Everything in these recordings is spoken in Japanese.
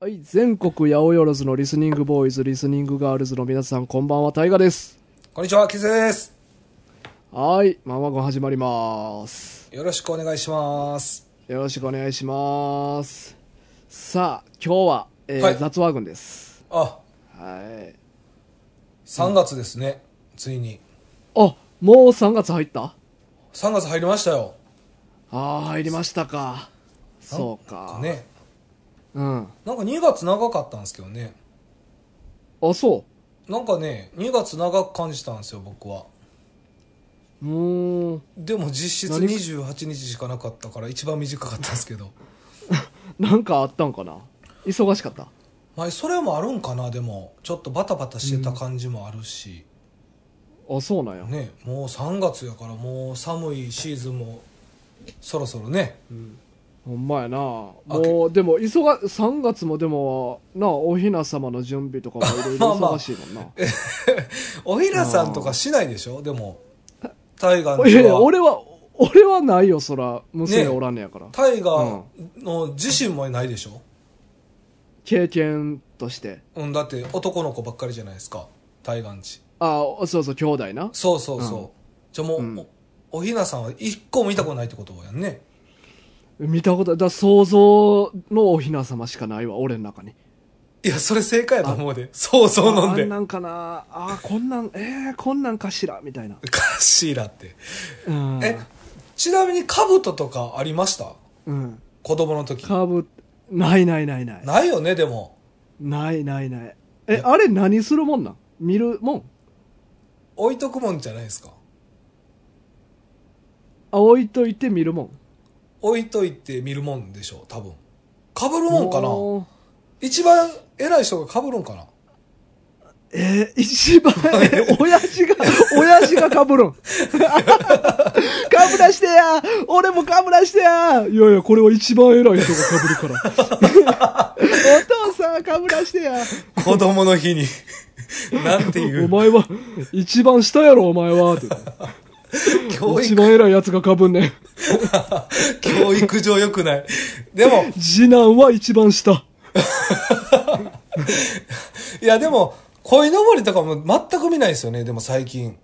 はい、全国八百万のリスニングボーイズ、リスニングガールズの皆さん、こんばんは、タイガです。こんにちは、キズです。はい、マンワゴン始まります。よろしくお願いします。よろしくお願いします。さあ、今日は、えーはい雑話軍です。あ、はい。 3月ですね。ついに。あ、もう3月入った3月入りましたよ。あー、入りましたか。そうか。。ね。うん。なんか2月長かったんですけどね。あ、そなんかね、2月長く感じたんですよ、僕は。う。うーん。でも実質何28日しかなかったから一番短かったんですけど。 なんかあったんかな忙しかった。まあ、それもあるんかな、でも。ちょっとバタバタしてた感じもあるし。あ、そうなんや。ね、もう3月やからもう寒いシーズンもそろそろね。ほんまやなもあけうでも忙が3月もでもなおひな様の準備とかもいろいまろあまあ忙しいもんな、おひらさんとかしないでしょでも。タイガーのいやい人やは。俺は俺はないよそら娘ねおらんねやから、タイガーの自身もいないでしょ、経験としてうん、だって男の子ばっかりじゃないですかタイガーんちあそうそう兄弟なそうそうそう、うんじゃあもう、うんおおひなさんは一個も見たことないってことやんね見たことだ想像のおひな様しかないわ俺の中にいやそれ正解やと思うでそうそう飲んああんでなんかなあこんなんえー、こんなんかしらみたいな、カシラってうんえちなみに兜とかありましたうん、子供の時カーブないないないないないよねでもないないないえあれ何するもんなん見るもん置いとくもんじゃないですかあ置いといて見るもん置いといて見るもんでしょ多分かぶるもんかなおー一番偉い人がかぶるんかなえー、一番、えー親父 が、親父がかぶるん。かぶらしてや俺もかぶらしてやいやいや、これは一番偉い人がかぶるから。 お父さん、かぶらしてや子供の 日になんていうお前は、一番下やろ、お前 は。って教一育、番偉いやつがかぶんねん。教育上良くない。でも、次男は一番下。いやでも、鯉のぼりとかも全く見ないですよね、でも最近。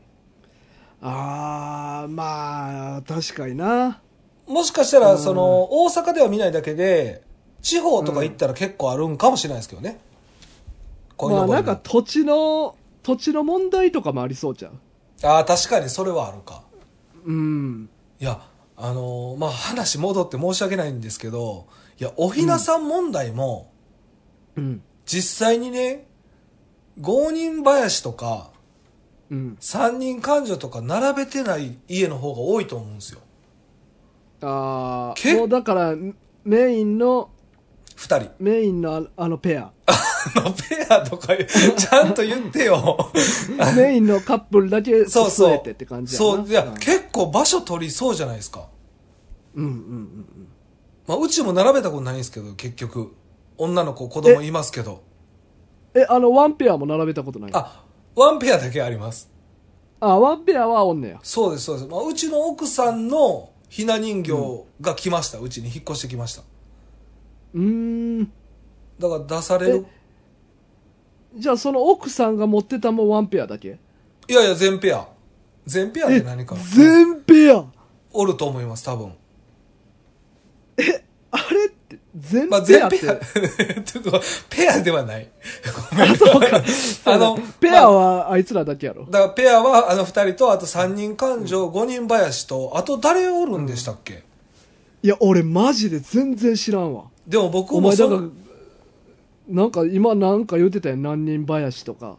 あー、まあ、確かにな。もしかしたら、その、大阪では見ないだけで、地方とか行ったら結構あるんかもしれないですけどね。鯉まのあ、ぼなりんも。か土地の、土地の問題とかもありそうじゃん。ああ、確かにそれはあるか。うん。いや、あのーまあ、話戻って申し訳ないんですけど、いや、おひなさん問題も、うん。実際にね、5人林とか、うん。 3人勘定とか並べてない家の方が多いと思うんですよ。ああけもうだからメインの2人。 メインのあのあのペ アあのペアとかちゃんと言ってよメインのカップルだけそう据そえうてって感じやなそういや、結構場所取りそうじゃないですか、うんうんうんまあ、うちも並べたことないんですけど結局女の子子供いますけどうんえあのワンペアも並べたことないああワンペアだけありますワンペアはおんねやそうですそうです、まあ、うちの奥さんのひな人形が来ました、うちに引っ越してきましたうーんだから出されるじゃあその奥さんが持ってたもんワンペアだけいやいや全ペア全ペアって何か全ペアおると思います多分あれって全まあペ全アって、ペア ちょっとペアではないごめんそうかああののペアはあいつらだけやろ、だからペアはあの二人とあと三人勘定、五人林とあと誰おるんでしたっけ、いや俺マジで全然知らんわでも僕おも前そだうからなんか今なんか言うてたやん何人林とか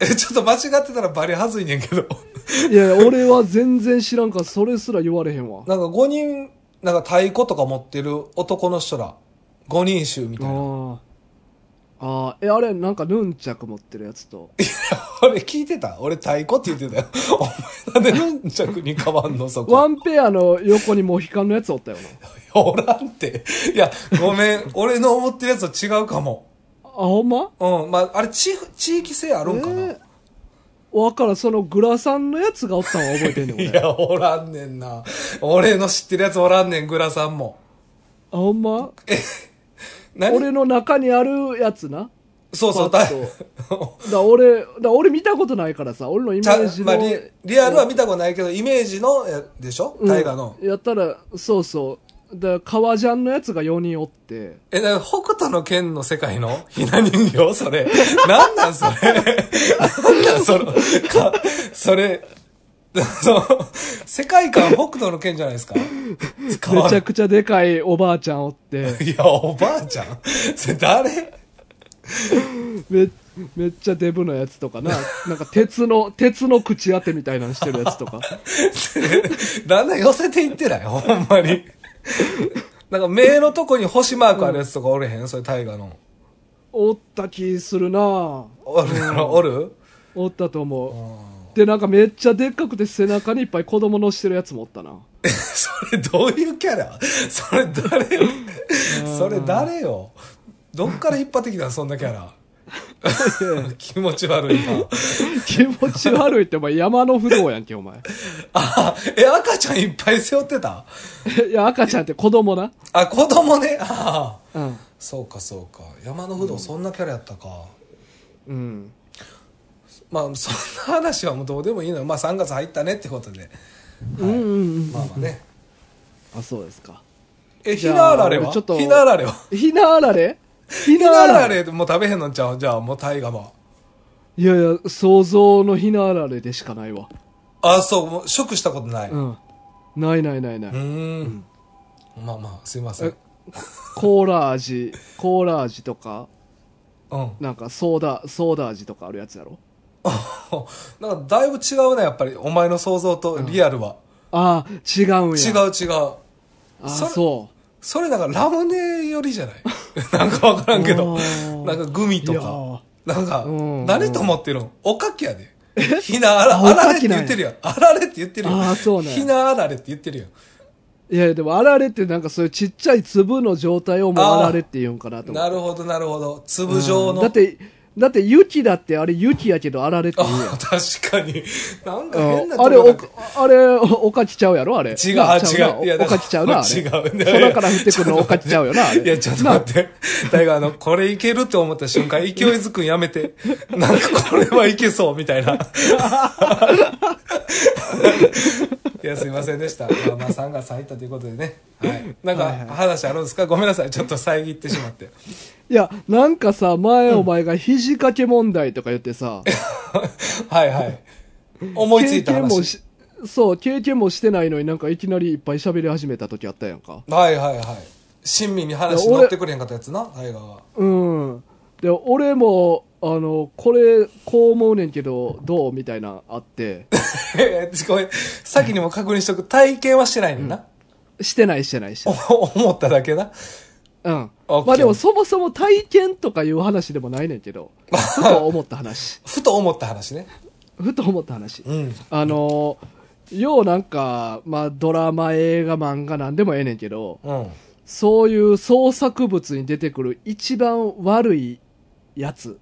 えちょっと間違ってたらバリは ずいねんけど いやいや俺は全然知らんからそれすら言われへんわなんか五人なんか太鼓とか持ってる男の人ら五人衆みあたいな ーあーえあれなんかヌンチャク持ってるやつと俺聞いてた俺太鼓って言ってたよ お前なんでヌンチャクに変わんのそワこンペアの横にモヒカンのやつおったよな おらんっていやごめん 俺の思ってるやつと違うかもあほんまうんまああれ地地域性あるんかな、えーわからんそのグラさんのやつがおったんは覚えてんねんい俺あやおらんねんな俺の知ってるやつおらんねんグラさんもほんま何俺の中にあるやつな。そうそう、パだッとだから俺、だから俺見たことないからさ、俺のイメちゃージの。まあ、リリアルは見たことないけど、イメージのやでしょうん大河の。やったら、そうそう。だから革ジャンのやつが4人おって。え、だから北斗の剣の世界の ひな人形それ。なんなんそれ。なんなんその、か、それ。 その世界観北斗の剣じゃないですか。 めちゃくくちゃでかいおばあちゃんお って。いや、おばあちゃん。それ誰 めめっちゃデブのやつとかな。なんか鉄の、鉄の口当てみたいなのしてるやつとか。だんだん寄せていってないほんまに。なんか目のとこに星マークあるやつとかおれへん、それ大河の。おった気するなおおるやろおるったと思う。で、なんかめっちゃでっかくて背中にいっぱい子供乗してるやつもおったな。 えそれどういうキャラそれ誰それ誰よどっから引っ張ってきたのそんなキャラ 気持ち悪いな気持ち悪いってお前山の不動やんけ、お前。 あえ赤ちゃんいっぱい背負ってたいや、赤ちゃんって子供な。あ子供ねああうん。そうかそうか山の不動そんなキャラやったか、うん。まあそんな話はもうどうでもいいのよまあ3月入ったねってことでうんうんうん。まあまあねあ、そうですか。えひじゃあなあられは俺ちょっとひなあられはひなあられひひなあならあられれもう食べへんのちゃうじゃあもう大河はいやいや、想像のひなあられでしかないわ。あそうもう食したことない、うん。ないないないなうい。ーんまあまあすいませんえコーラ味、コーラ味とか、うん なんかソーダ、ソーダ味とかあるやつやろなんかだいぶ違うねやっぱりお前の想像とリアルは、ああ、違うんや。違う。う違うあそれそそれなんかラムネ寄りじゃない なんかわからんけどあーなんかグミう。といやかーなんかうん何と思ってるのおかきやでひなあらああられおかってきなんや言ってるやんあられって言ってるやんあーそうなんやひなあられって言ってるやんいやいや、でもあられってなんかそういうちっちゃい粒の状態をもうあーあられって言うんかなと思なって。るほどなるほど粒状のだって、だって雪だってあれ雪やけどあられってあ言うやん。 確かになんか変なああれ、だおけ、あれ、おおかきちゃうやろあれ。違う、なあ、違ちゃなう。いや、おかきちゃうな、あ違れ。う。空から降ってくるのおかきちゃうよな、あれ。いや、ちょっと待って。大河、あの、これいけるって思った瞬間、勢いづくんやめて。なんか、これはいけそう、みたいな。いや、すいませんでした。まあ、まあ、3月入ったということでね。はい。なんはいはいか、話あるんですかごめんなさい。ちょっと遮ってしまって。いや、なんかさ、前お前が肘掛け問題とか言ってさ、はいはい。思いついたも話。し、そう、経験もしてないのになんかいきなりいっぱい喋り始めた時あったやんか。はいはいはい。親身に話乗ってくれへんかったやつな、大河は。うん。で、俺も、あの、これ、こう思うねんけど、どうみたいな、あって。 えーごめん。先にも確認しとく。体験はしてないねんな。してない、してない、してない。お 思っただけな。うん。オッケーまあでも、そもそも体験とかいう話でもないねんけど、ふと思った話。ふと思った話ね。ふと思った話。うん。あのー、ようなんか、まあ、ドラマ、映画、漫画なんでもええねんけど、うん。そういう創作物に出てくる一番悪いやつ、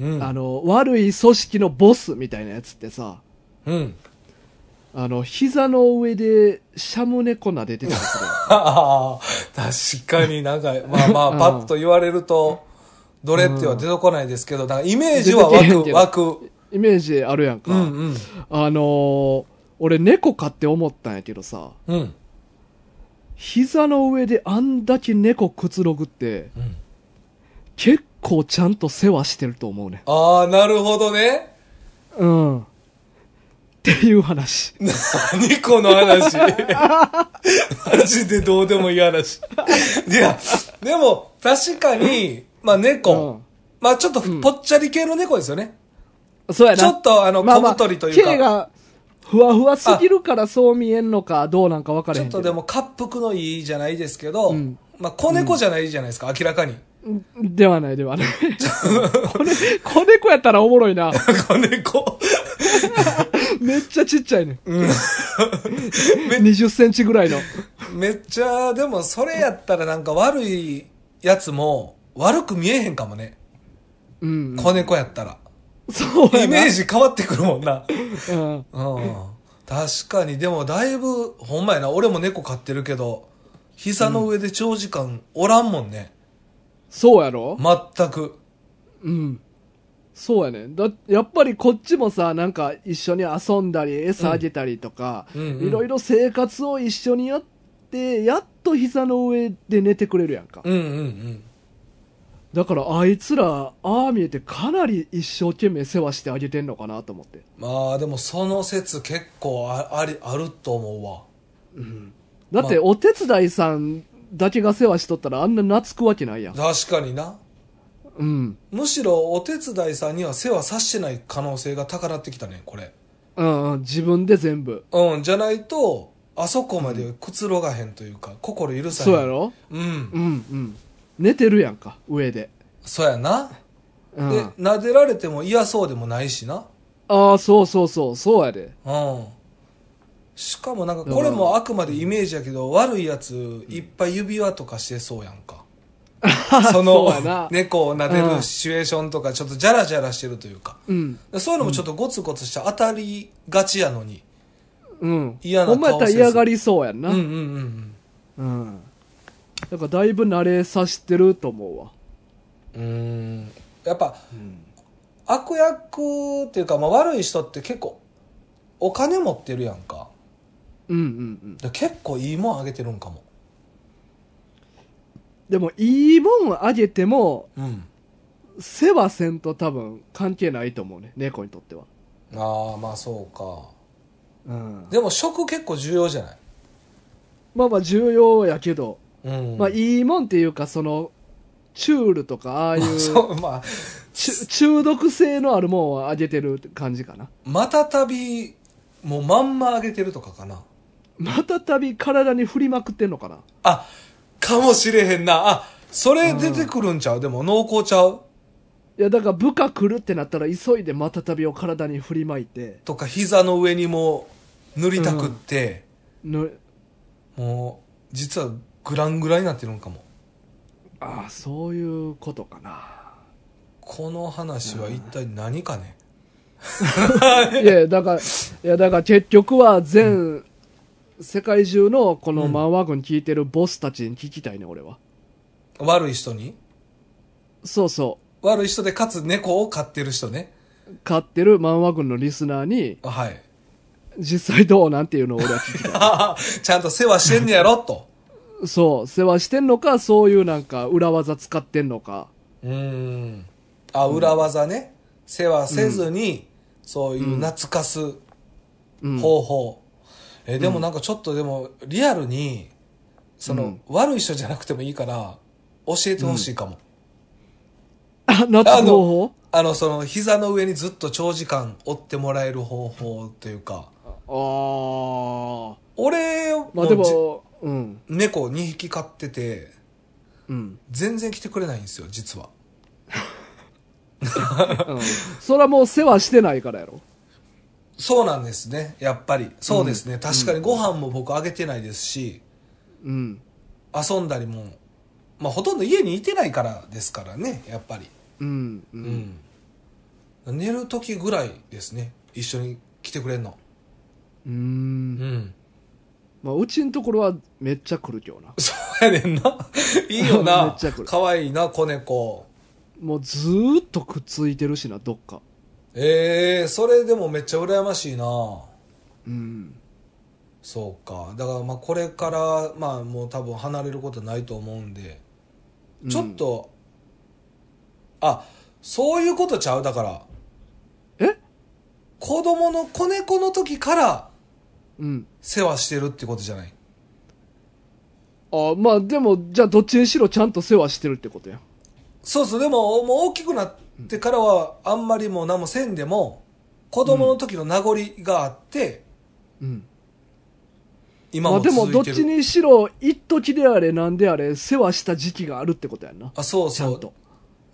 うん。あの、悪い組織のボスみたいなやつってさ、うん。 あの、膝の上でシャム猫撫でてたりするやん。ああ、確かになんか、まあまあ、うんパッと言われると、どれっては出てこないですけど、なんかイメージは出てけへん湧く、けど湧く。 イメージあるやんか。うんうん。あのー、俺猫かって思ったんやけどさ、うん。膝の上であんだけ猫くつろぐって、うん結構ちゃんと世話してると思うねん。ああ、なるほどね。うん。っていう話。 何この話。マジでどうでもいい話。いや、でも、確かに、まあ猫。うんまあちょっとぽっちゃり系の猫ですよね。そうやな。ちょっとあの、まあま小あ太りというか。毛がふわふわすぎるからそう見えんのかどうなんか分からちへょんっけとど。でも、滑腹のいいじゃないですけど、うんまあ、子猫じゃないじゃないですか、明らかに。 うんではないではない。これ、子猫やったらおもろいな。子猫。めっちゃちっちゃいね。め20センチぐらいの。めっちゃ、でも、それやったらなんか悪いやつも、悪く見えへんかもね。うん。子猫やったら。そうやな。イメージ変わってくるもんな。うん。うん。確かに、でもだいぶ、ほんまやな、俺も猫飼ってるけど、膝の上で長時間おらんもんね。そうやろ全く。うん。そうやねんだやっぱりこっちもさなんか一緒に遊んだり餌あげたりとか、うんうんうんいろいろ生活を一緒にやってやっと膝の上で寝てくれるやんか、うんうんうん。だからあいつらああ見えてかなり一生懸命世話してあげてんのかなと思ってまあでもその説結構あありあると思うわ。だってまお手伝いさんだけが世話しとったらあんな懐くわけないやん確かにな。うんむしろお手伝いさんには世話さしてない可能性が高なってきたね、これ。うんうん自分で全部うん、じゃないと、あそこまでくつろがへんというか、心許さへそん。うやろうん。うんうん寝てるやんか上でそうやな。うんで、撫でられても嫌そうでもないしな。ああそうそうそうそうやでうん。しかもなんか、これもあくまでイメージやけど、悪いやつ、いっぱい指輪とかしてそうやん か。そそうやなの、猫を撫でうんるシチュエーションとか、ちょっとジャラジャラしてるというか。うんそういうのもちょっとゴツゴツした当たりがちやのに。うん嫌なほんまやったら顔せず嫌がりそうやんうなんうんうんうんだからだいぶ慣れさせてると思うわうん。うーん。やっぱ、悪役っていうか、まあ悪い人って結構、お金持ってるやんか。うんうんうんだから結構いいもんあげてるんかも。でもいいもんあげてもうん。世話せんと多分関係ないと思うね猫にとってはああ、まあそうか。うんでも食結構重要じゃないまあまあ重要やけど、うん。まあいいもんっていうかそのチュールとかああいう そう、 まあ、ちゅ中毒性のあるもんはあげてる感じかなまたたび、もうまんまあげてるとかかな。またたび体に振りまくってんのかなあ、かもしれへんな。あ、それ出てくるんちゃうでも濃厚ちゃういやだから部下来るってなったら急いでまたたびを体に振りまいてとか、膝の上にもう塗りたくって、のもう、実はグラングラになってるんかも。ああそういうことか なこの話は一体何かね。いやだからいやだから結局は全、世界中のこのマンワ軍聞いてるボスたちに聞きたいね俺は悪い人にそうそ悪い人で、かつ猫を飼ってる人ね。う飼ってるマンワ軍のリスナーにあはい。 実際どうなんていうのを俺は聞きたいちゃんと世話してんねやろ、と。 そう、世話してんのか、そういうなんか裏技使ってんのか。うーん。あ、裏技ね。世話せずに、そういう懐かすうん。方法。え、でもなんかちょっとでも、リアルに、その、うん悪い人じゃなくてもいいから、教えてほしいかも。あ、 懐く方法あの、その、膝の上にずっと長時間追ってもらえる方法というか、ああ俺ー。も、まあでも、うん。じ猫2匹飼ってて、うん。全然来てくれないんですよ、実は。うん、それはもう世話してないからやろ。そうなんですね、やっぱり。そうですね、確かにご飯も僕あげてないですし、うん。遊んだりも、まあほとんど家にいてないからですからね、やっぱり。うん。う。うんん。寝る時ぐらいですね、一緒に来てくれんの。う。うんん。まあ、うちのところはめっちゃ来るけどな。そうやねんな。 いいよめっなちゃ来る。可愛いな、子猫。もうずーっとくっついてるしな、どっか。ええそれでもめっちゃ羨ましいなうん。そうかだからまあこれからまあもう多分離れることはないと思うんでちょっと、あそういうことちゃうだからえ子供の子猫の時からうん。世話してるってことじゃないあまあでも、じゃあどっちにしろちゃんと世話してるってことやん。そうそうでももう大きくなってからはあんまりもう何もせんでも子供の時の名残があって、うん。今まあもでも、続どっいてちる、にしろ、一時であれ、なんであれ、世話した時期があるってことやんな。あそうちそゃうんと。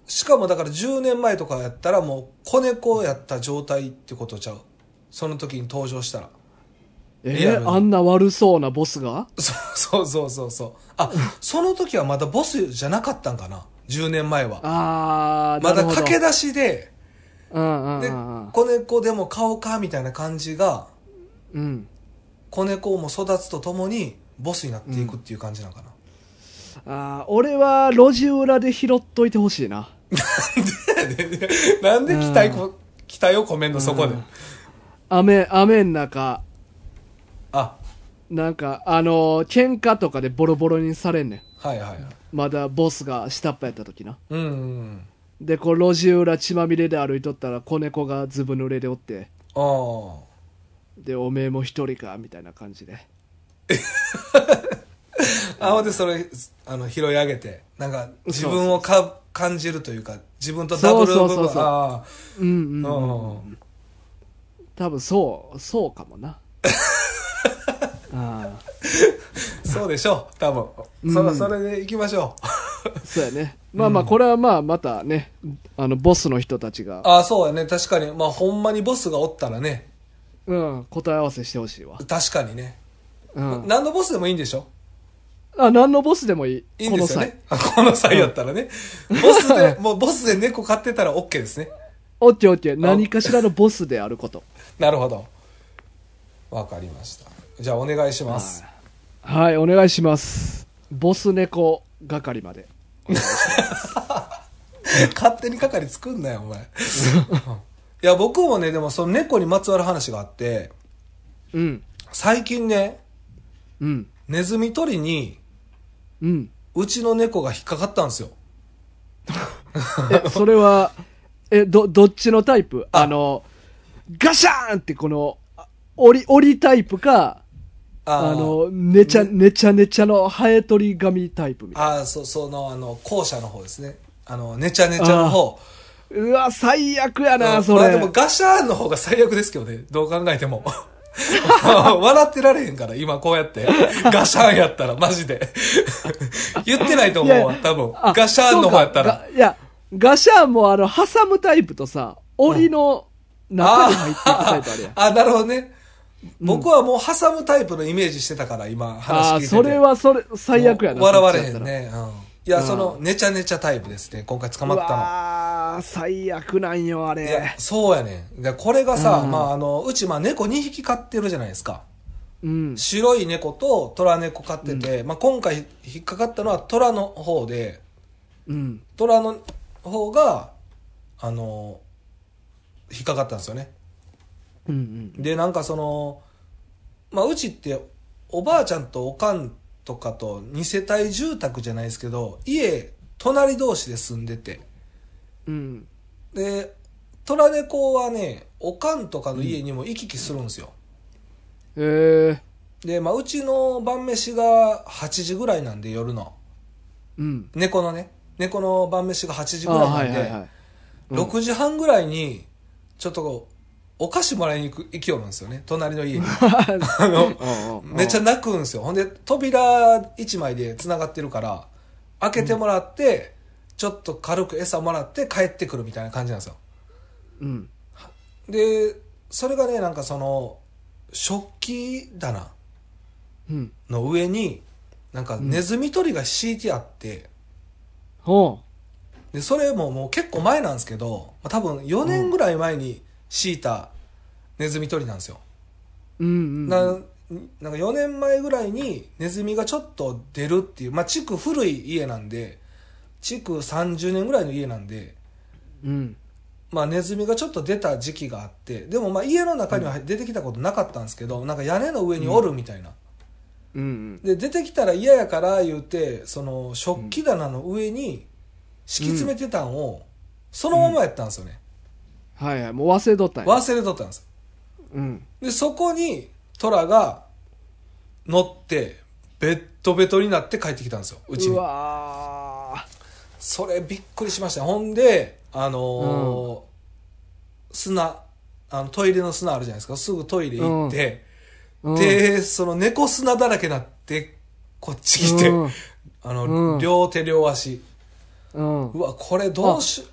しかもだから10年前とかやったらもう子猫やった状態ってことちゃうその時に登場したらリアえルにー、あんな悪そうなボスがそうそうそうそうそうあその時はまだボスじゃなかったんかな10年前はあー、まだなるほど駆け出しでうんうんうでん子猫でも顔かみたいな感じがうん。うん。子猫も育つとともにボスになっていくっていう感じなのかな、 あー俺は路地裏で拾っといてほしいな。なんで期待こ、期待を込めんの、そこでう。ん雨、雨ん中、あ、なんか、あのー喧嘩とかでボロボロにされんねん。はいはいはい。まだボスが下っ端やった時な。うんうんで、こう、路地裏血まみれで歩いとったら、子猫がずぶ濡れでおって、うん。ああ。で、おめえも一人か、みたいな感じで。あほんでそれあの拾い上げてなんか自分をか感じるというか自分とダブルそう部そうそう分そうああうんううんうん。ん多分そう、そうかもな。あそうでしょう多分、うんそらそれでいきましょうあ、そうやね。まあまあ、これはまあ、またね、あの、ボスの人たちが、 ああそうやね確かにまあほんまにボスがおったらねうん、答え合わせしてほしいわ。確かにね、うん。何のボスでもいいんでしょあ、何のボスでもいい。いいんこでのすよ際。ねあこの際やったらね、ボスでもうボスで猫飼ってたら OK ですねオッケーオッケー。何かしらのボスであること。なるほどわかりましたじゃあお願いしますはい、お願いします。ボス猫係まで。 勝手に係作んなよ、お前。い や、僕もね、でもその猫にまつわる話があって、うん、最近ね、うん、ネズミ捕りに、うん。うちの猫が引っかかったんですよ。 え、それは、え、ど、どっちのタイプあの、ガシャーンってこの、あ折り、折りタイプか、ーあの、ねちゃ、ねちゃねちゃのハエ取り紙タイプみたいあーそ、その、あの、校舎の方ですね。あの、ねちゃねちゃの方。な。うわ、最悪やうな、んそまあれで。もガシャーンの方が最悪ですけどね。どう考えても。 笑ってられへんから、今こうやって。ガシャーンやったら、マジで。 言ってないと思うわ、多分あ。ガシャーンの方やったそうら。かがいや、ガシャーンもあの、挟むタイプとさ、檻の中に入っていくタイプあるやん。あ、なるほどね。僕はもう挟むタイプのイメージしてたから、今話ああ聞いてー、て。それはそれ、最悪やな。もう笑われそっへちやんったら。ね。うん。いや、うんその、ねちゃねちゃタイプですね。今回捕まうっわー最悪なんよ、あたの。いやれ、。そうやねん。で、これがさ、うんまあ、あの、うち、まあ、猫2匹飼ってるじゃないですか。うん。白い猫と虎猫飼ってて、まあ、今回引っかかったのは虎の方で、うん。虎の方が、あの、引っかかったんですよね。うんうん。でなんかその、まあ、うちっておばあちゃんとおかんとかと2世帯住宅じゃないですけど家隣同士で住んでてうん。で虎猫はねおかんとかの家にも行き来するんですよ、えー。で、まあ、うちの晩飯が8時ぐらいなんで夜のうん。猫のね猫の晩飯が8時あぐらいはなんいで、はいはい。うん6時半ぐらいにちょっとこうお菓子もらいに行く行きよるんですよね隣の家にあ の めっちゃゃ、泣くんですよ。ほんで、扉1枚で繋がってるから、開けてもらって、ちょっと軽く餌もらって帰ってくるみたいな感じなんですよ。うん。で、それがね、なんかその、食器棚うん。の上に、なんかネズミ捕りが敷いてあって、ほで、それももう結構前なんですけど、まあ多分4年ぐらい前に敷いたネズミ捕りなんですよ。う。うんうん。ななんか4年前ぐらいにネズミがちょっと出るっていう、まあ、築古い家なんで築30年ぐらいの家なんで、うん。まあ、ネズミがちょっと出た時期があってでもまあ家の中には出てきたことなかったんですけど、なんか屋根の上におるみたいな、うんうん。で出てきたら嫌やから言うてその食器棚の上に敷き詰めてたんを、そのままやったんですよね、はいはい。もう忘れとったんや。忘れとったんですうん。でそこにトラが乗ってベッドベトになって帰ってきたんですようちうにわそれびっくりしましたほんであのー砂あのトイレの砂あるじゃないですかすぐトイレ行って、ーうんでその猫砂だらけになってこっち来て、うんあの、うん両手両足うんう。わこれどうし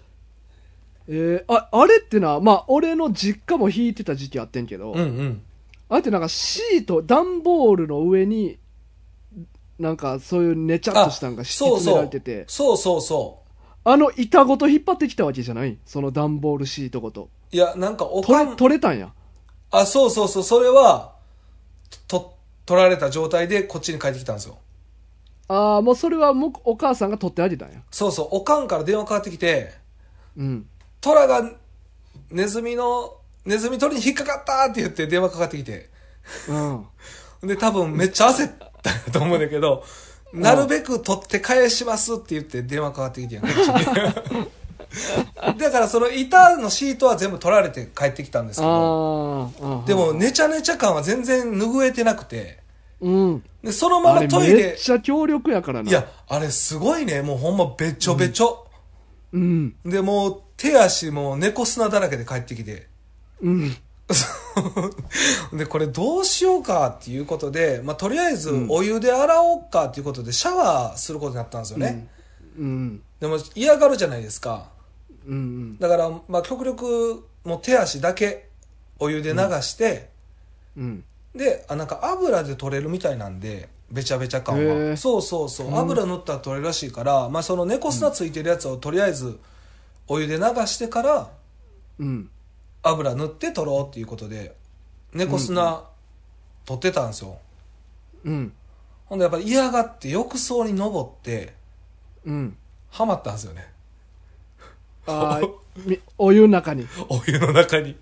えー、あ、あれってな、まあ、俺の実家も引いてた時期あってんけど、うんうんあれってなんかシート、段ボールの上に、なんかそういうねちゃっとしたんが敷きそう詰めそらうれてて、そうそうそうあの板ごと引っ張ってきたわけじゃないその段ボールシートごと。いやなんかおか取れ、ん取れたんや。あ、そうそうそう、それは、と、取られた状態でこっちに帰ってきたんですよ。ああ、もうそれはもうお母さんが取ってあげたんや。そうそう、おかんから電話かかってきて、うん。トラがネズミの、ネズミ取りに引っかかったって言って電話かかってきて。 うん。で、多分めっちゃ焦ったんやと思うんだけど、なるべく取って返しますって言って電話かかってきてやん、こっち にだからその板のシートは全部取られて帰ってきたんですけど、ああ。で、もネチャネチャ感は全然拭えてなくて、うん。で、そのまあまれトイめっレ、ちゃ強力やからな。いや、あれすごいね、もうほんまべちょべちょ。うん。で、もう手足もう猫砂だらけで帰ってきて、 うん。そうで、これどうしようかっていうことで、まあ、とりあえずお湯で洗おうかっていうことでシャワーすることになったんですよね。うん。でも嫌がるじゃないですか。うん。うん。だから、まあ、極力もう手足だけお湯で流して、うん。で、あ、なんか油で取れるみたいなんで、べちゃべちゃ感へは。ーそうそうそう。油塗ったら取れるらしいから、まあ、その猫砂ついてるやつをとりあえずお湯で流してから、うん。油塗って取ろうっていうことで、猫砂取ってたんですよ。うん。ほんでやっぱり嫌がって浴槽に登って、うん。はまったんですよね。ああ、み お湯の中に。お湯の中 に。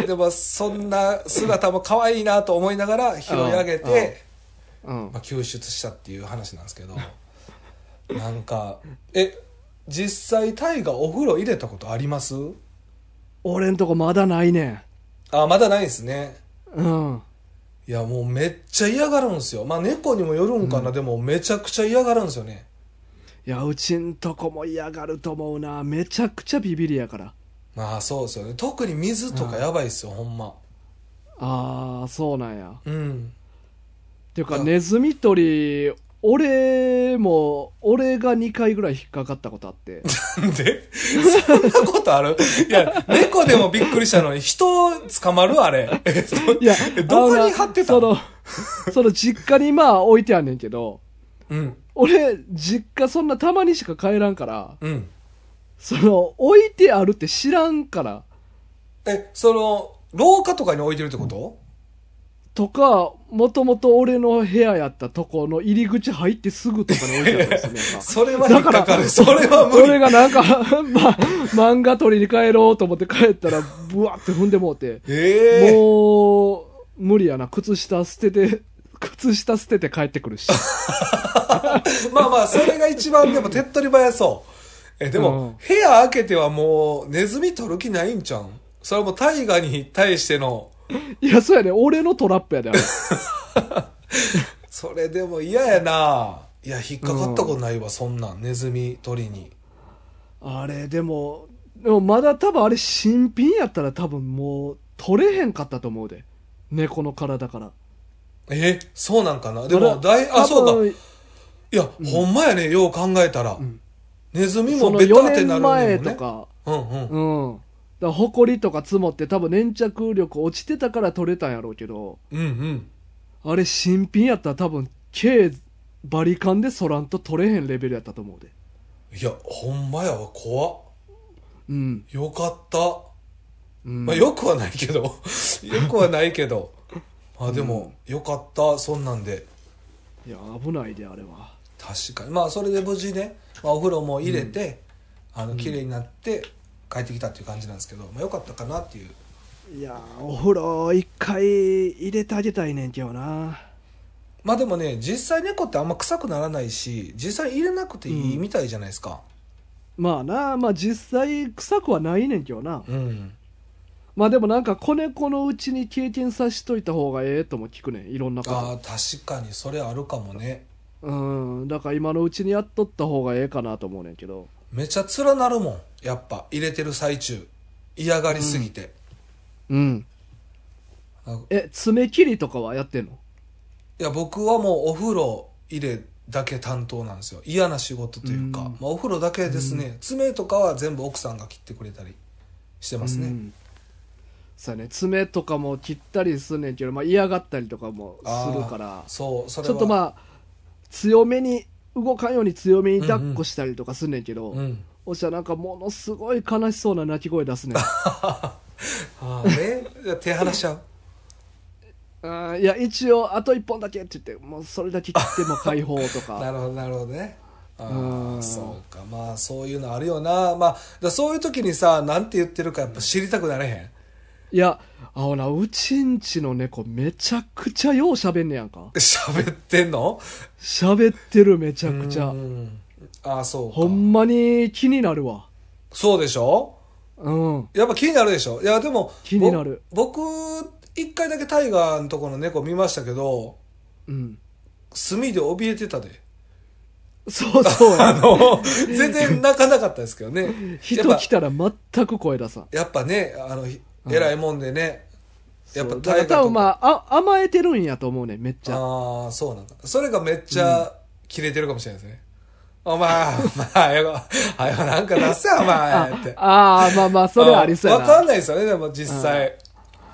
ででも、そんな姿も可愛いなと思いながら拾い上げうんうんて、うんま。あ、救出したっていう話なんですけど、なんか、え、実際タイがお風呂入れたことあります俺んとこまだないね。あ、まだないですね。うん。いや、もうめっちゃ嫌がるんですよ。まあ、猫にもよるんかな、でもめちゃくちゃ嫌がるんですよね。いや、うちんとこも嫌がると思うな。めちゃくちゃビビりやから。まあ、そうですよね。特に水とかやばいですよ、ほんま。ああ、そうなんや。うん。 ていううか、んネズミ捕り、俺も、俺が2回ぐらい引っかかったことあ って。なんでそんなことあるいや、猫でもびっくりしたのに、人捕まるあれ。え、いやどこあのにな貼ってたその、その実家にまあ置いてあんねんけど、うん、俺、実家そんなたまにしか帰らんから、うん。その、置いてあるって知らんから、え、その、廊下とかに置いてるってこととか、もともと俺の部屋やったとこの入り口入ってすぐとかに置いてあるんですよねなんか。 それは引っかかる。それは無俺理。がなんか、 ま、漫画取りに帰ろうと思って帰ったら、ブワって踏んでもうて、ええもう、無理やな。靴下捨てて、 靴下捨てて帰ってくる し。まあまあ、それが一番でも手っ取り早そう。え、でも、部屋開けてはもう、ネズミ取る気ないんちゃうんそれはもう大河に対しての、いや、そうやね。俺のトラップやで、あれ。それでも嫌やな。いや、引っかかったことないわ、そんなん。ネズミ取りに。あれ、でも、でもまだ多分あれ新品やったら多分もう取れへんかったと思うで。猫の体から。えそうなんかなでまもだだいあ多そう分かいや、ほんまやねよう考えたら、んネズミそものベタ4って年なるね前んもんねとか、うんううんん。だから埃とか積もって多分粘着力落ちてたから取れたんやろうけど、うんあれ新品やったら多分、軽バリカンでそらんと取れへんレベルやったと思うで。うんいやほんまやわ怖っうん。よかった、うんまあよくはないけど よくはないけどまあでも、よかったそんなんでいや、危ないで、あれは。確かにまあそれで無事ね、まあ、お風呂も入れて、あの綺麗になって帰ってきたっていう感じなんですけど、まあ、よかったかなっていういやーお風呂一回入れてあげたいねんけどなまあでもね実際猫ってあんま臭くならないし実際入れなくていいみたいじゃないですかまあなまあ実際臭くはないねんけどなうんまあでもなんか子猫のうちに経験さしといた方がええとも聞くねんいろんなこああ確かにそれあるかもねとうんだから今のうちにやっとった方がええかなと思うねんけどめちゃ連なるもんやっぱ入れてる最中嫌がりすぎて、うんあえ爪切りとかはやってんのいや僕はもうお風呂入れだけ担当なんですよ嫌な仕事というか、うんまあ、お風呂だけですね、爪とかは全部奥さんが切ってくれたりしてますね、うんそうやね爪とかも切ったりすんねんけど、まあ、嫌がったりとかもあすーるからそうそれちょはっとあまあ強めに動かんように強めに抱っこしたりとかすんねんけど、うん おっしゃなんかものすごい悲しそうな泣き声出すねんああねいや手離しちゃううんいや一応あと1本だけって言ってもうそれだけ切っても解放となか るほどなるほどねあうーんそうかまあそういうのあるよなまあだからそういう時にさなんて言ってるかやっぱ知りたくなれへ んいやあほらうちんちの猫めちゃくちゃよう喋んねやんか喋ってんの喋ってるめちゃくちゃうんああそうかほんまに気になるわそうでしょうんやっぱ気になるでしょいやでも気になるぼ僕一回だけタイガーのとこの猫見ましたけどうん炭で怯えて たでそうそうあやの全然泣かなかったですけどねやっ人ぱ来たら全く声出さんやっぱねあのひ偉いもんでね、やっぱそうだから大河多と分まああ甘えてるんやと思うねめっちゃああーそうなんだそれがめっちゃ切れてるかもしれないですね、お前、お前、よ、はよ、なんか出せよ、お あ前、って。あーまあまあそれはありそうやわかなんないですよね、でも実際。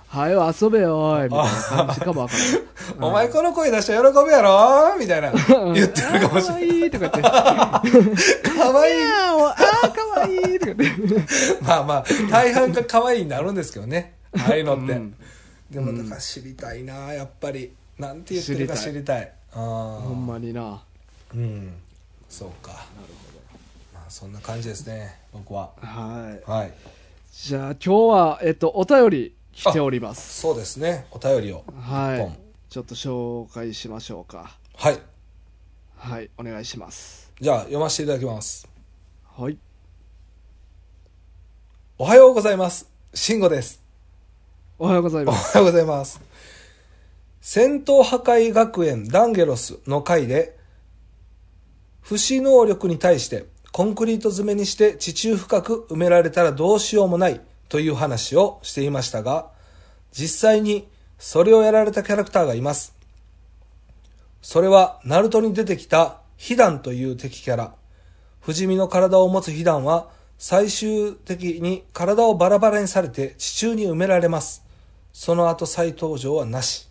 はよ遊べよおいみたいな感じかもわからんお前この声出したら喜ぶやろみたいな。 言ってるかもしれあーかわない。いいとか言って。か可愛いあー、かわいいとか言 って。まあまあ、大半が可愛いになるんですけどね。ああいうのって。うんでも、だから知りたいな、やっぱり。なんて言ってるか知知りたい。ああほんまにな。うん。そうか。まあ、そんな感じですね、僕は。はい。はい。じゃあ今日は、えっと、お便り来ております。そうですね、お便りを。は一い本。ちょっと紹介しましょうか。はい。はい、お願いします。じゃあ、読ませていただきます。はい。おはようございます。慎吾です。おはようございおます。はようございます。戦闘破壊学園ダンゲロスの回で、不死能力に対してコンクリート詰めにして地中深く埋められたらどうしようもないという話をしていましたが、実際にそれをやられたキャラクターがいます。それは、ナルトに出てきたヒダンという敵キャラ。不死身の体を持つヒダンは、最終的に体をバラバラにされて地中に埋められます。その後再登場はなし。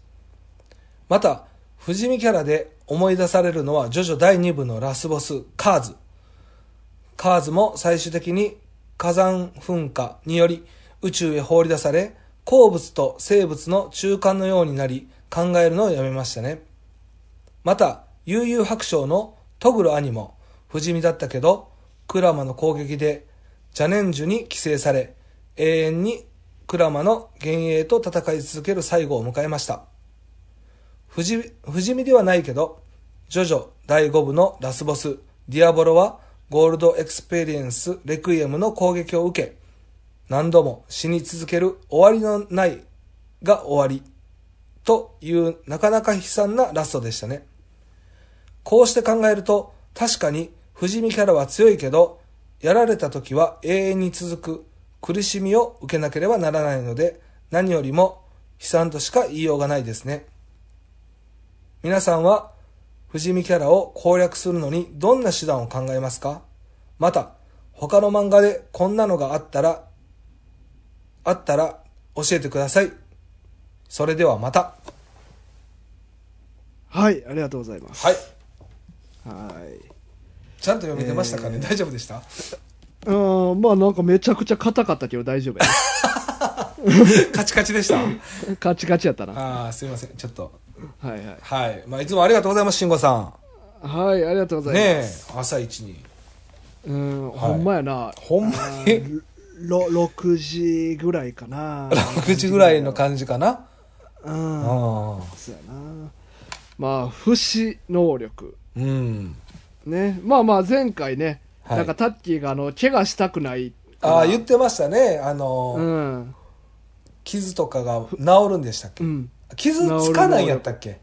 また、不死身キャラで思い出されるのは、ジョジョ第2部のラスボス、カーズ。カーズも最終的に火山噴火により宇宙へ放り出され、鉱物と生物の中間のようになり、考えるのをやめましたね。また、悠々白書のトグル兄も不死身だったけど、クラマの攻撃で邪念樹に寄生され、永遠にクラマの幻影と戦い続ける最後を迎えました。不死不死身ではないけど、ジョジョ第5部のラスボス、ディアボロはゴールドエクスペリエンスレクイエムの攻撃を受け、何度も死に続ける終わりのないが終わりというなかなか悲惨なラストでしたね。こうして考えると、確かに不死身キャラは強いけど、やられた時は永遠に続く苦しみを受けなければならないので、何よりも悲惨としか言いようがないですね。皆さんは、不死身キャラを攻略するのにどんな手段を考えますかまた、他の漫画でこんなのがあったら、あったら教えてください。それではまた。はい、ありがとうございます。はい。はい。ちゃんと読めてましたかね、大丈夫でしたうん、まあなんかめちゃくちゃ硬かったけど大丈夫や。 カチカチでした。カチカチやったな。はああ、すいません。ちょっと。いはい。はい。まあ、いつもありがとうございます、慎吾さはい、ありがとうごん。ざいまねす。え、朝一に。うん、ほんまやな。ほんまに、ろ6時ぐらいかな6時ぐらいの感じかな。 うんああ。そうやなまあ不死能力うん。ねまあまあ前回ね、はいなんかタッキーがあの怪我したくないああ、言っってましたね。あのうー、ん傷とかが治るんでしたっうけん傷つかないんやったっけ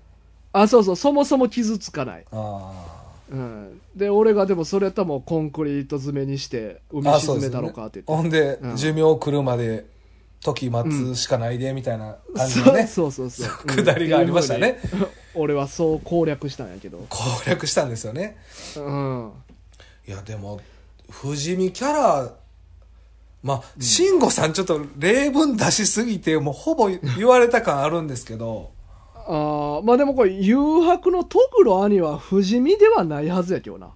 あそうそうそもそも傷つかない、あうん、で俺がでもそれともコンクリート詰めにしてあ。海ああ沈めたよねのかって言ってほんでう、ん寿命来るまで、時待つしかないで、みたいな感じのそうね、そうそうそうくだりがありましたねうんっていうふうに俺はそう攻略したんやけど攻略したんですよね。うんいやでも不死身キャラまあ慎吾さんちょっと例文出しすぎてもうほぼ言われた感あるんですけど あーまあでもこれ誘白のトグロ兄は不死身ではないはずやけどな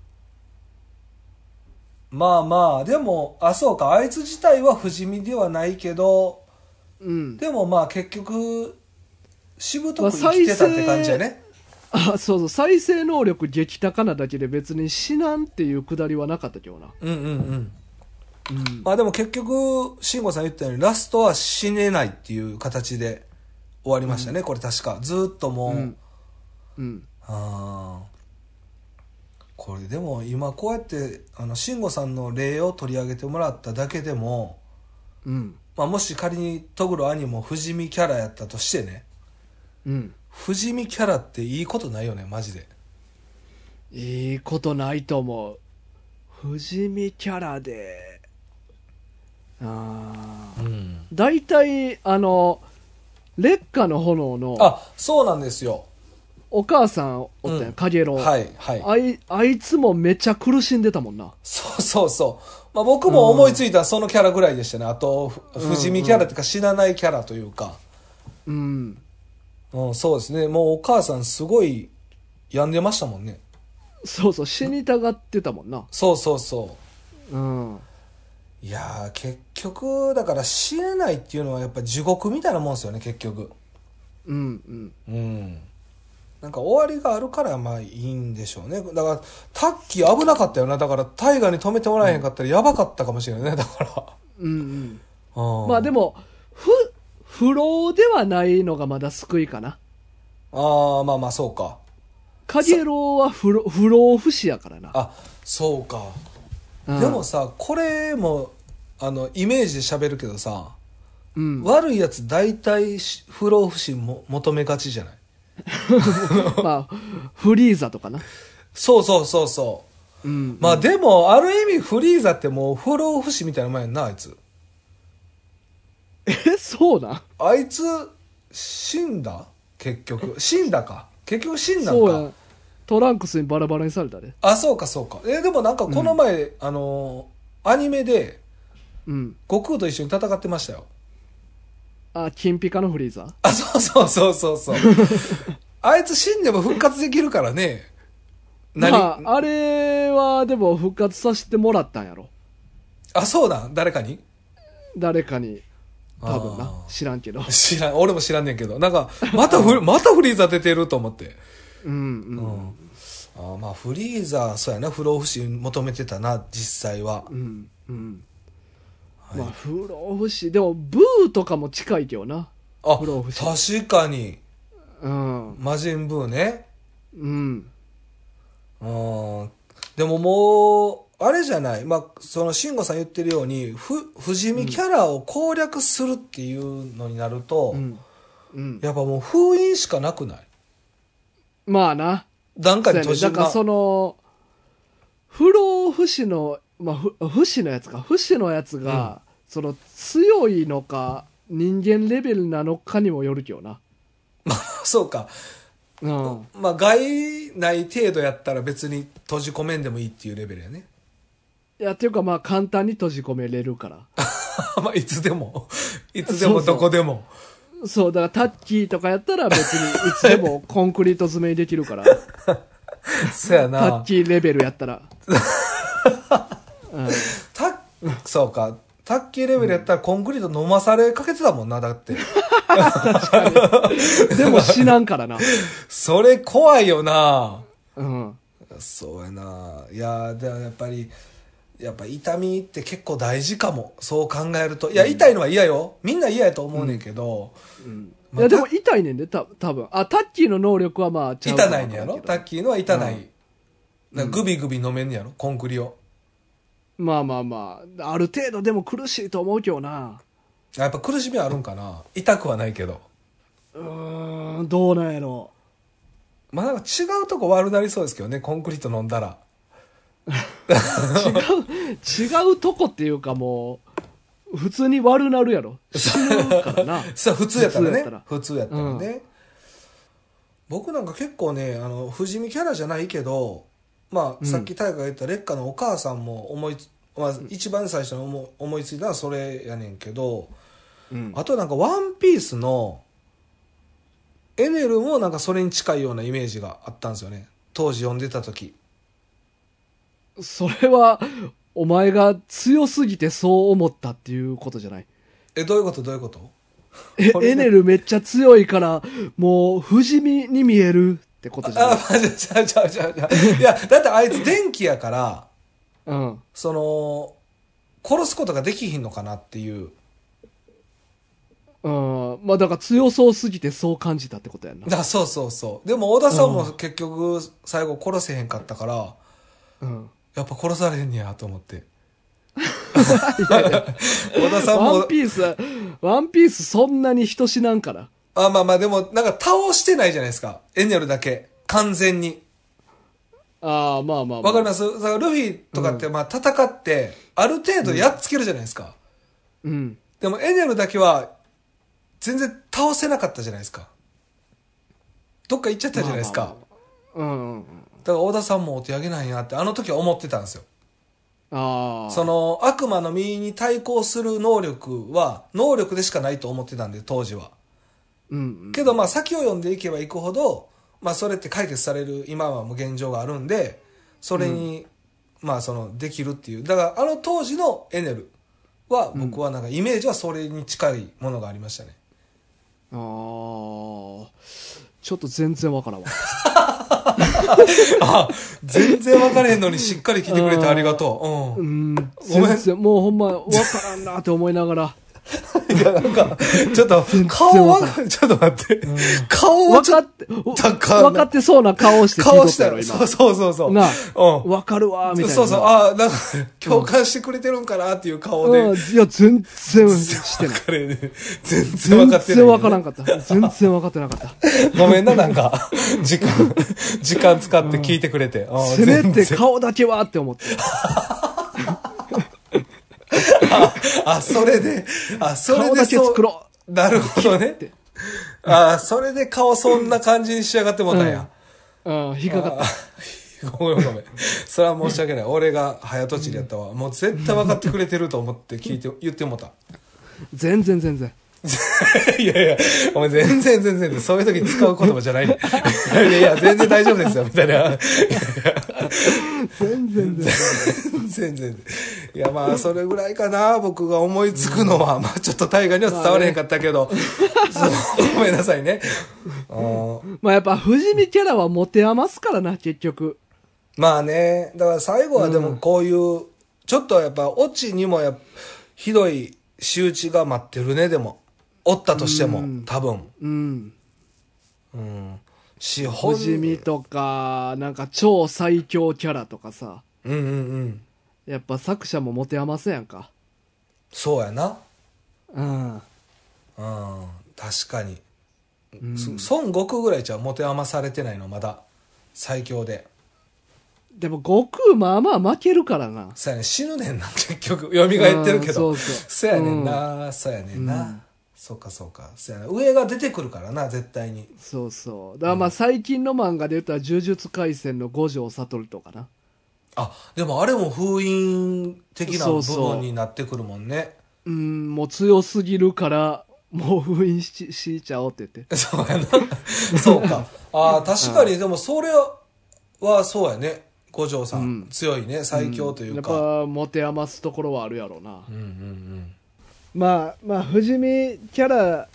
まあまあでもあそうかあいつ自体は不死身ではないけどうんでもまあ結局しぶとく生きてたって感じやね。あそうそう再生能力激高なだけで別に死なんっていうくだりはなかったけどな、うんうんうん。うん、まあでも結局、慎吾さん言ったように、ラストは死ねないっていう形で終わりましたね、これ確か。ずーっともう。うんうんああ。これでも今こうやって、あの、慎吾さんの例を取り上げてもらっただけでも、うんまあもし仮にトグロ兄も不死身キャラやったとしてね、うん不死身キャラっていいことないよね、マジで。いいことないと思う不死身キャラでああうん。大体あの烈火の炎のあ、そうなんですよ。お母さんおったやん、うんカゲロウはい、はい。あいあいつもめっちゃ苦しんでたもんなそうそうそう。まあ僕も思いついたそのキャラぐらいでしたね。あと、ふ不死身キャラっていうか死なないキャラというか。うんうん、そうですね。もうお母さんすごい病んでましたもんね。そうそう死にたがってたもんなそうそうそう。うんいやー結局だから死ねないっていうのはやっぱ地獄みたいなもんですよね結局うんうんうんなんか終わりがあるからまあいいんでしょうねだからタッキー危なかったよなだから大河に止めてもらえへんかったらやばかったかもしれないねだかうんうんら、うん、まあでも不不老ではないのがまだ救いかなああまあまあそうかカゲロウは不老不老不死やからなあそうか、うんでもさこれもあのイメージで喋るけどさ、うん 悪いやつ大体し不老不死も求めがちじゃないまあ、フリーザとかな。そうそうそうそううん。まあでも、ある意味フリーザってもう不老不死みたいなもんやんな、あいつ。え、そうなんあいつ、死んだ結局。死んだか。結局死んだそうやのかん。。トランクスにバラバラにされたで。あ、そうかそうか。え、でもなんかこの前、あのー、アニメで、うん。悟空と一緒に戦ってましたよ。あ、金ピカのフリーザあ、そうそうそうそ うそう。あいつ死んでも復活できるからね。何、まあ、あれはでも復活させてもらったんやろ。あ、そうなん誰かに誰かに。多分なあ。ー知らん けど。知らん、俺も知らんねんけど。なんか、またフリ、またフリーザ出てると思って。うんうん。あーまあフリーザーそうやな不老不死求めてたな実際はうんうん。いまあ、不老不死。でも、ブーとかも近いけどな。あ不老不死確かにうん。魔人ブーねうん。うんでももうあれじゃないまあその慎吾さん言ってるように不不死身キャラを攻略するっていうのになると、うん。うん。やっぱもう封印しかなくないまあな。なんかに閉じそうやねだるかならその不老不死の、まあ、不不死のやつか不死のやつが、その強いのか人間レベルなのかにもよるけどな、 そうかうん、まあ害ない程度やったら別に閉じ込めんでもいいっていうレベルやね いやっていうかまあ簡単に閉じ込めれるからまあいつでもいつでもどこでもそうだからタッキーとかやったら別にいつでもコンクリート詰めにできるからそうやタなッキーレベルやったら、うん、た、そうか。タッキーレベルやったらコンクリート飲まされかけてたもんな、だって。でも死なんからな、それ怖いよな。うん、そうやな。いや、でもやっぱり、やっぱ痛みって結構大事かも。そう考えると。いや、痛いのは嫌よ。みんな嫌やと思うねんけど、いやでも痛いねんでた多分あタッキーの能力はまあちゃうか痛もわなかいんんけどやろタッキーのは痛ない。なんかグビグビ飲めんねやろコンクリを。まあまあまあ、ある程度でも苦しいと思うけどな。やっぱ苦しみはあるんかな痛くはないけど。うーん、どうなんやろまあなんか違うとこ悪なりそうですけどね、コンクリート飲んだら。 違うとこっていうかもう、普通に悪なるやろ。死ぬからな。さあ普通やったら普通やねったら普通やったらね、僕なんか結構ねあの不死身キャラじゃないけどまあ、うんさっき大河が言った劣化のお母さんも思いつ、まあ、一番最初に思い思いついたのはそれやねんけどうん。あとなんか「ワンピースのエネルもなんかそれに近いようなイメージがあったんですよね当時読んでた時それは、お前が強すぎてそう思ったっていうことじゃない。 えどういうことどういうことえエネルめっちゃ強いから、もう、不死身に見えるってことじゃないあ、まあ、ちゃうちゃうちゃうちゃう。いや、だってあいつ電気やから、うん。その、殺すことができひんのかなっていう。 うん。まあ、だから強そうすぎてそう感じたってことやんな。だそうそうそう。でも、小田さんも結局、最後殺せへんかったから、うん。やっぱ殺されへんねやと 思って。いやいや小田さんワンも、ピース、ワンピースそんなに人死なんから。あまあまあ、でも、なんか倒してないじゃないですか。エネルだけ。完全に。ああ、まあまあ、まあ。わかりますだからルフィとかって、まあ、戦って、ある程度やっつけるじゃないですか。うん。でもエネルだけは全然倒せなかったじゃないですか。どっか行っちゃったじゃないですか。まあまうんうんうん。だから大田さんもお手上げなんやってあの時は思ってたんですよ。ああ。その悪魔の身に対抗する能力は能力でしかないと思ってたんで当時は。うんうん。けどまあ先を読んでいけばいくほど、まあそれって解決される今はもう現状があるんで、それに、まあそのできるっていう。だからあの当時のエネルは僕はなんかイメージはそれに近いものがありましたね。ああ。ちょっと全然わからんわ。あ、全然分かれへんのにしっかり聞いてくれてありがとう。ううん。ん。ごめん全然、もうほんま、わからんなって思いながら。いや、なんか、ちょっと、顔は、 ちょっと待って。顔はわちょかっって、お高いわかってそうな顔してと、聞いと顔っしたたやろ、よ。今。そうそうそうそう。なうん。わかるわ、みたいな。そうそう。あなんか、共感してくれてるんかなっていう顔で。うん。分いや、全然してない。かれね全然全分かってない。然わからんかった。全然わかってな かった。ごめんな、なんか、時 間、時間使って聞いてくれて。うんせめ全て然顔だけはって思って。あ、それで、あ、それで顔だけそう作ろなるほどね。ああ、それで顔そんな感じに仕上がってもうたんや。う。うん、引っかかっあ ごめんごめん。それは申し訳ない。俺が早とちりやったわ。もう絶対分かってくれてると思って聞いて、言ってもうた。 た。全然全然。いやいや、お前全然全然そういう時に使う言葉じゃないね。 いやいや、全然大丈夫ですよ、みたいな。いやいや全然全然。全然。いや、まあ、それぐらいかな、僕が思いつくのは。まあ、ちょっと大河には伝われへんかったけど。 そうごめんなさいね。うんまあやっぱ、不死身キャラは持て余すからな、結局。まあね、だから最後はでもこういう、ちょっとやっぱ、オチにもやっぱひどい仕打ちが待ってるね、でも。おったとしても、多分。うん。うん。し、不本死身とか、なんか超最強キャラとかさ。うんうんうん。やっぱ作者も持て余せやんか。そうやな。うん。うん。確かに。うんそ孫悟空ぐらいじゃ持て余されてないの、まだ。最強で。でも、悟空まあまあ負けるからな。そうやね、死ぬねんな、 結局。蘇ってるけど。うんそうそうやねんな、そうやねんな。うんそっかそっか。そうやな。上が出てくるからな、絶対に。そうそう。だからまあ最近の漫画で言ったら、呪術廻戦の五条悟とかな。あでもあれも封印的なそ部うそう分になってくるもんねうん、もう強すぎるから、もう封印ししちゃおうって言って。 そうやなそうかあー確かにでもそれはそうやね五条さん、うん強いね最強といううんか、やっぱ、持て余すところはあるやろうな。うん、うんうんまあ、まあ、不死身キャラ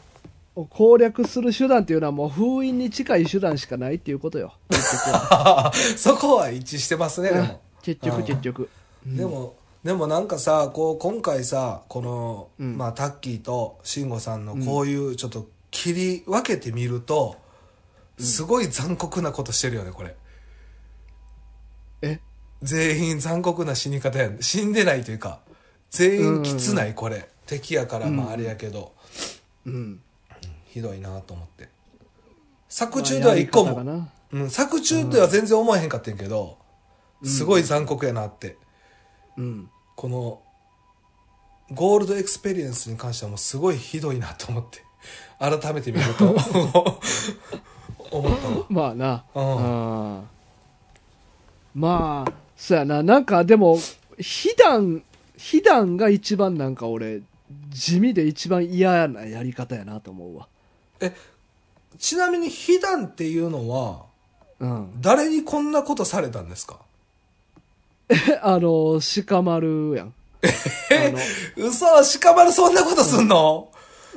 を攻略する手段っていうのはもう封印に近い手段しかないっていうことよ。結局は そこは一致してますねでも、結う局ん結局。でもでもなんかさこう今回さこの、うんまあ、タッキーと慎吾さんのこういうちょっと切り分けてみると、すごい残酷なことしてるよねこれえ全員残酷な死に方やん死んでないというか全員きつない、これ敵やからまああれやけど、うん。ひどいなと思って作中では一個まあやり方も、がなうん、作中では全然思えへんかったんやけど、すごい残酷やなってうん。このゴールドエクスペリエンスに関してはもうすごいひどいなと思って改めて見る と思ったわまあな。ううんまあ、そうやな。なんかでも、被弾、被弾が一番なんか俺、地味で一番嫌なやり方やなと思うわ。えちなみに被弾っていうのはうん。誰にこんなことされたんですかあの、 鹿丸やん。あの嘘しかまるそんなことすんの、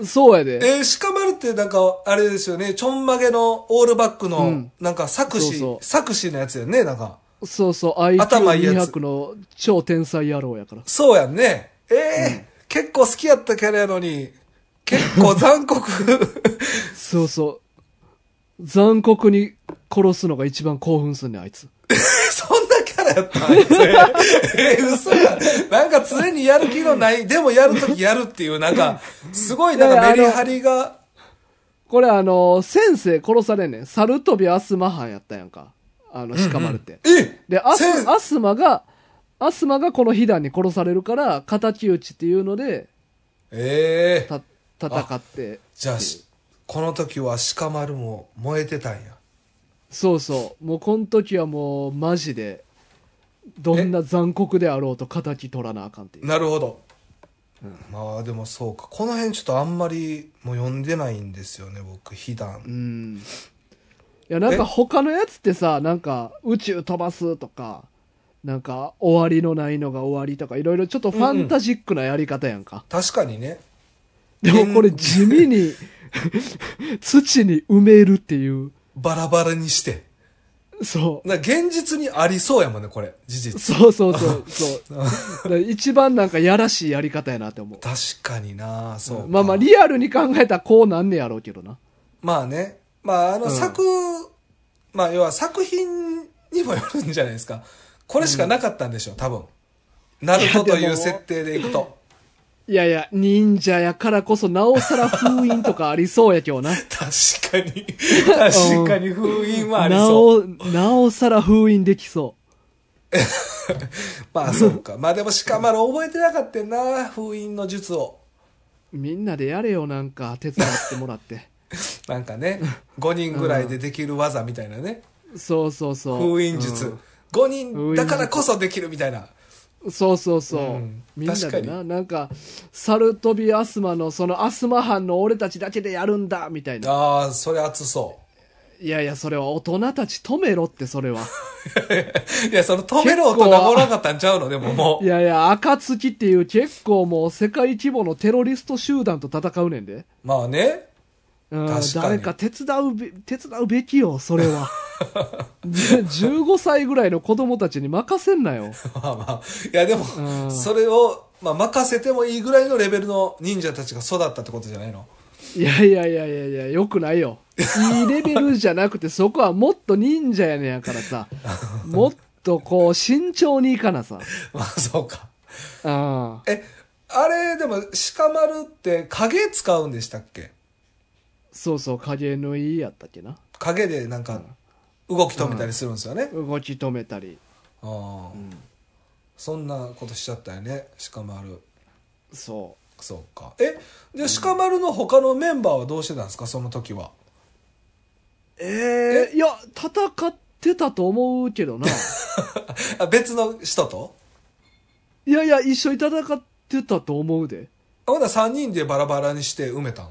そうやで。えー、鹿丸ってなんか、あれですよね、ちょんまげのオールバックうのん、なんか作詞、そうそう作詞のやつよね、なんか。そうそう、頭いいやつ IQ200 の超天才野郎やから。そうやんね。えー結構好きやったキャラやのに、結構残 酷。そうそう。残酷に殺すのが一番興奮すんねん、あいつ。そんなキャラやったんあいつえー、嘘や。なんか常にやる気のない、でもやるときやるっていう、なんか、すごいなんかメリハリが、これあの、先生殺されんねん。猿飛びアスマ班やったやんか。あの、鹿丸って。えで、アス先、アスマが、アスマがこの飛弾に殺されるから、敵討ちっていうので、えー、た、戦って。じゃあし、この時は鹿丸も燃えてたんや。そうそう。もうこの時はもう、マジで、どんな残酷であろうと敵取らなあかんっていう。なるほど、まあでもそうかこの辺ちょっとあんまりもう読んでないんですよね僕飛う弾ん。いや、なんえか他のやつってさ、なんか、宇宙飛ばすとか、なんか、終わりのないのが終わりとか、いろいろちょっとファンタジックなやり方やんか。確かにねでもこれ地味に、土に埋めるっていう。バラバラにしてそう。な現実にありそうやもんねこれ事実そうそうそう。そうだから一番なんかやらしいやり方やなって思確かになそうかう。まあまあ、リアルに考えたらこうなんねやろうけどな。まあねまああのうん作、まあ要は作品にもよるんじゃないですかこれしかなかったんでしょう多分ナルトいとやいでもう設定でいくといやいや、忍者やからこそなおさら封印とかありそうやけどな。確かに確かに封印はありなそうお、なおさら封印できそまあそうか。まあでも鹿丸覚えてなかったんな、封印の術を。う。みんなでやれよ、なんか、手伝ってもらって。なんかね、5人ぐらいでできる技みたいなね。そうそうそう。封印術。5人だからこそできるみたいな。そうそうそう、うんみんなで確かななんか猿飛びアスマのそのアスマ班の俺たちだけでやるんだみたいなああ、それ熱そいやいやそれは大人たち止めろってそれは う。い や、その止める音がおらんかったんちゃうのでももいやいや暁っていう結構もう世界規模のテロリスト集団と戦うねんで、う。まあね。 うん、確かに誰か手伝うべ手伝うべきよそれ はじゅ15歳ぐらいの子供たちに任せんなよまあまあ。いやでも、うんそれを、まあ任せてもいいぐらいのレベルの忍者たちが育ったってことじゃないの。 いやいやいやいやいや、よくないよ。いいレベルじゃなくて、そこはもっと忍者やねんやからさ、もっとこう、慎重にいかなさ。まあそうか。ああえ、あれ、でも、鹿丸って影使うんでしたっけそうそう、影のいいやったっけな。影でなんか動き止めたりするんですよね、動き止めたり。ああ、そんなことしちゃったよね鹿丸そそうかえで鹿丸の他のメンバーはどうしてたんですかその時はう。ええいや、戦ってたと思うけどな。あ別の人といやいや、一緒に戦ってたと思うで。あほな3人でバラバラにして埋めたん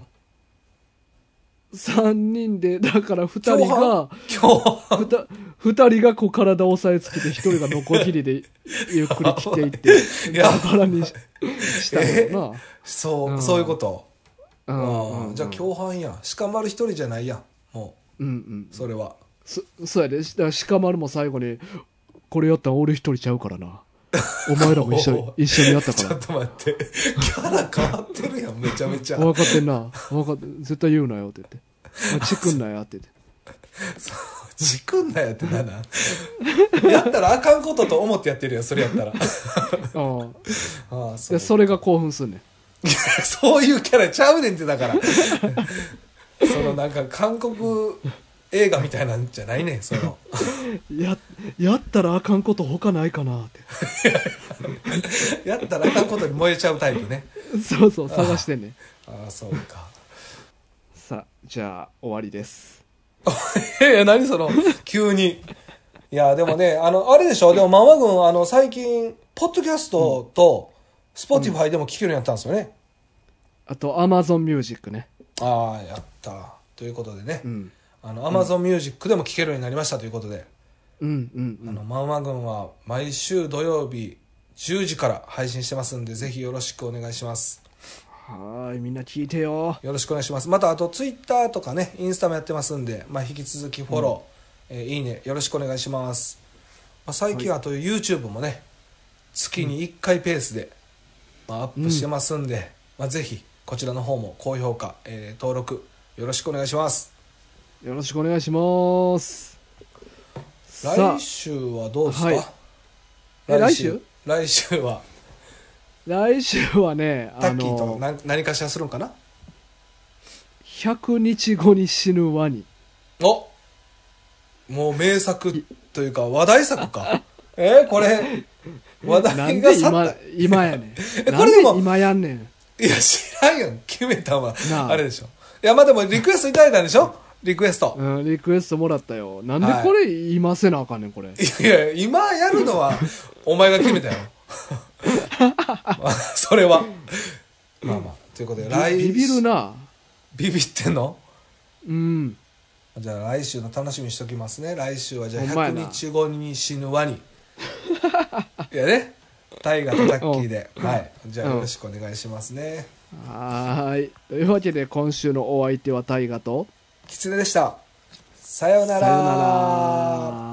3人で、だから2人共が、 今日ふた二人がこう体を押さえつけて、一人がノコギリでゆっくり切っていって、いやバラバラにししたのかそう、うんそういうこと、な。ああじゃあ日。共犯や鹿丸一人じゃないやもうんうんう。それはそ、そうやで、しだから鹿丸も最後に、これやったん俺一人ちゃうからな。お前らも一緒に 、お一緒にやったちょかっと待ってキャラ変わってるやんめちゃ めちゃら。分かってんな。分かって、絶対言うなよって言って。あチクんなよって言って。じくんなよってなな やったらあかんことと思ってやってるよそれやった らああ。ああそう で、それが興奮すんねん。そういうキャラちゃうねんってだから そのなんか韓国映画みたいなんじゃないねんその や、やったらあかんこと他ないかなって。やったらあかんことに燃えちゃうタイプねそうそう、探してんねん。ああそうか さあ、じゃあ、終わりです。いや何その急にいやでもねあのあれでしょでもママ軍あの最近ポッドキャストとスポティファイでも聴けるようになったんですよね、あと、アマゾンミュージックね。ああやったということでね、うん。あの、アマゾンミュージックでも聴けるようになりましたということで、うんうんうあん。の、マウマ軍は毎週土曜日10時から配信してますんで、ぜひよろしくお願いします。はーい、みんな聞いてよ。よろしくお願いします。また、あと、ツイッターとかね、インスタもやってますんで、まあ、引き続きフォロー、えーいいね、よろしくお願いします。まあ、最近は、あと、YouTube もね、月に1回ペースで、まあ、アップしてますんで、まあ、ぜひ、こちらの方も高評価、えー登録、よろしくお願いします。よろしくお願いします。さあ来、週はどうですか、はいえ来週は、来週はね、タあッキーとの、何何かしらするんかな100日後に死ぬワ ニ。おもう名作というか話題作かえーこれ話なん題がで去った今、今やね えん。こなれでんもで今やんねん。いや知らんよ決めたんはなああれでしょいやまあでもリクエストいただいたんでしょリクエスト、うん、リクエストもらったよ。なんでこれ言いませなあかんねん、これ。いや今やるのはお前が決め たよまあそれはまあまあということで来ビビるな。ビビってんのうん。じゃあ来週の楽しみにしときますね来週はじゃあほんまや100な日後に死ぬワニ いやねタイガーとタッキーで、はいじゃあよろしくお願いしますね、はーい。というわけで、今週のお相手は大河と、キツネでしたさようならさよなら。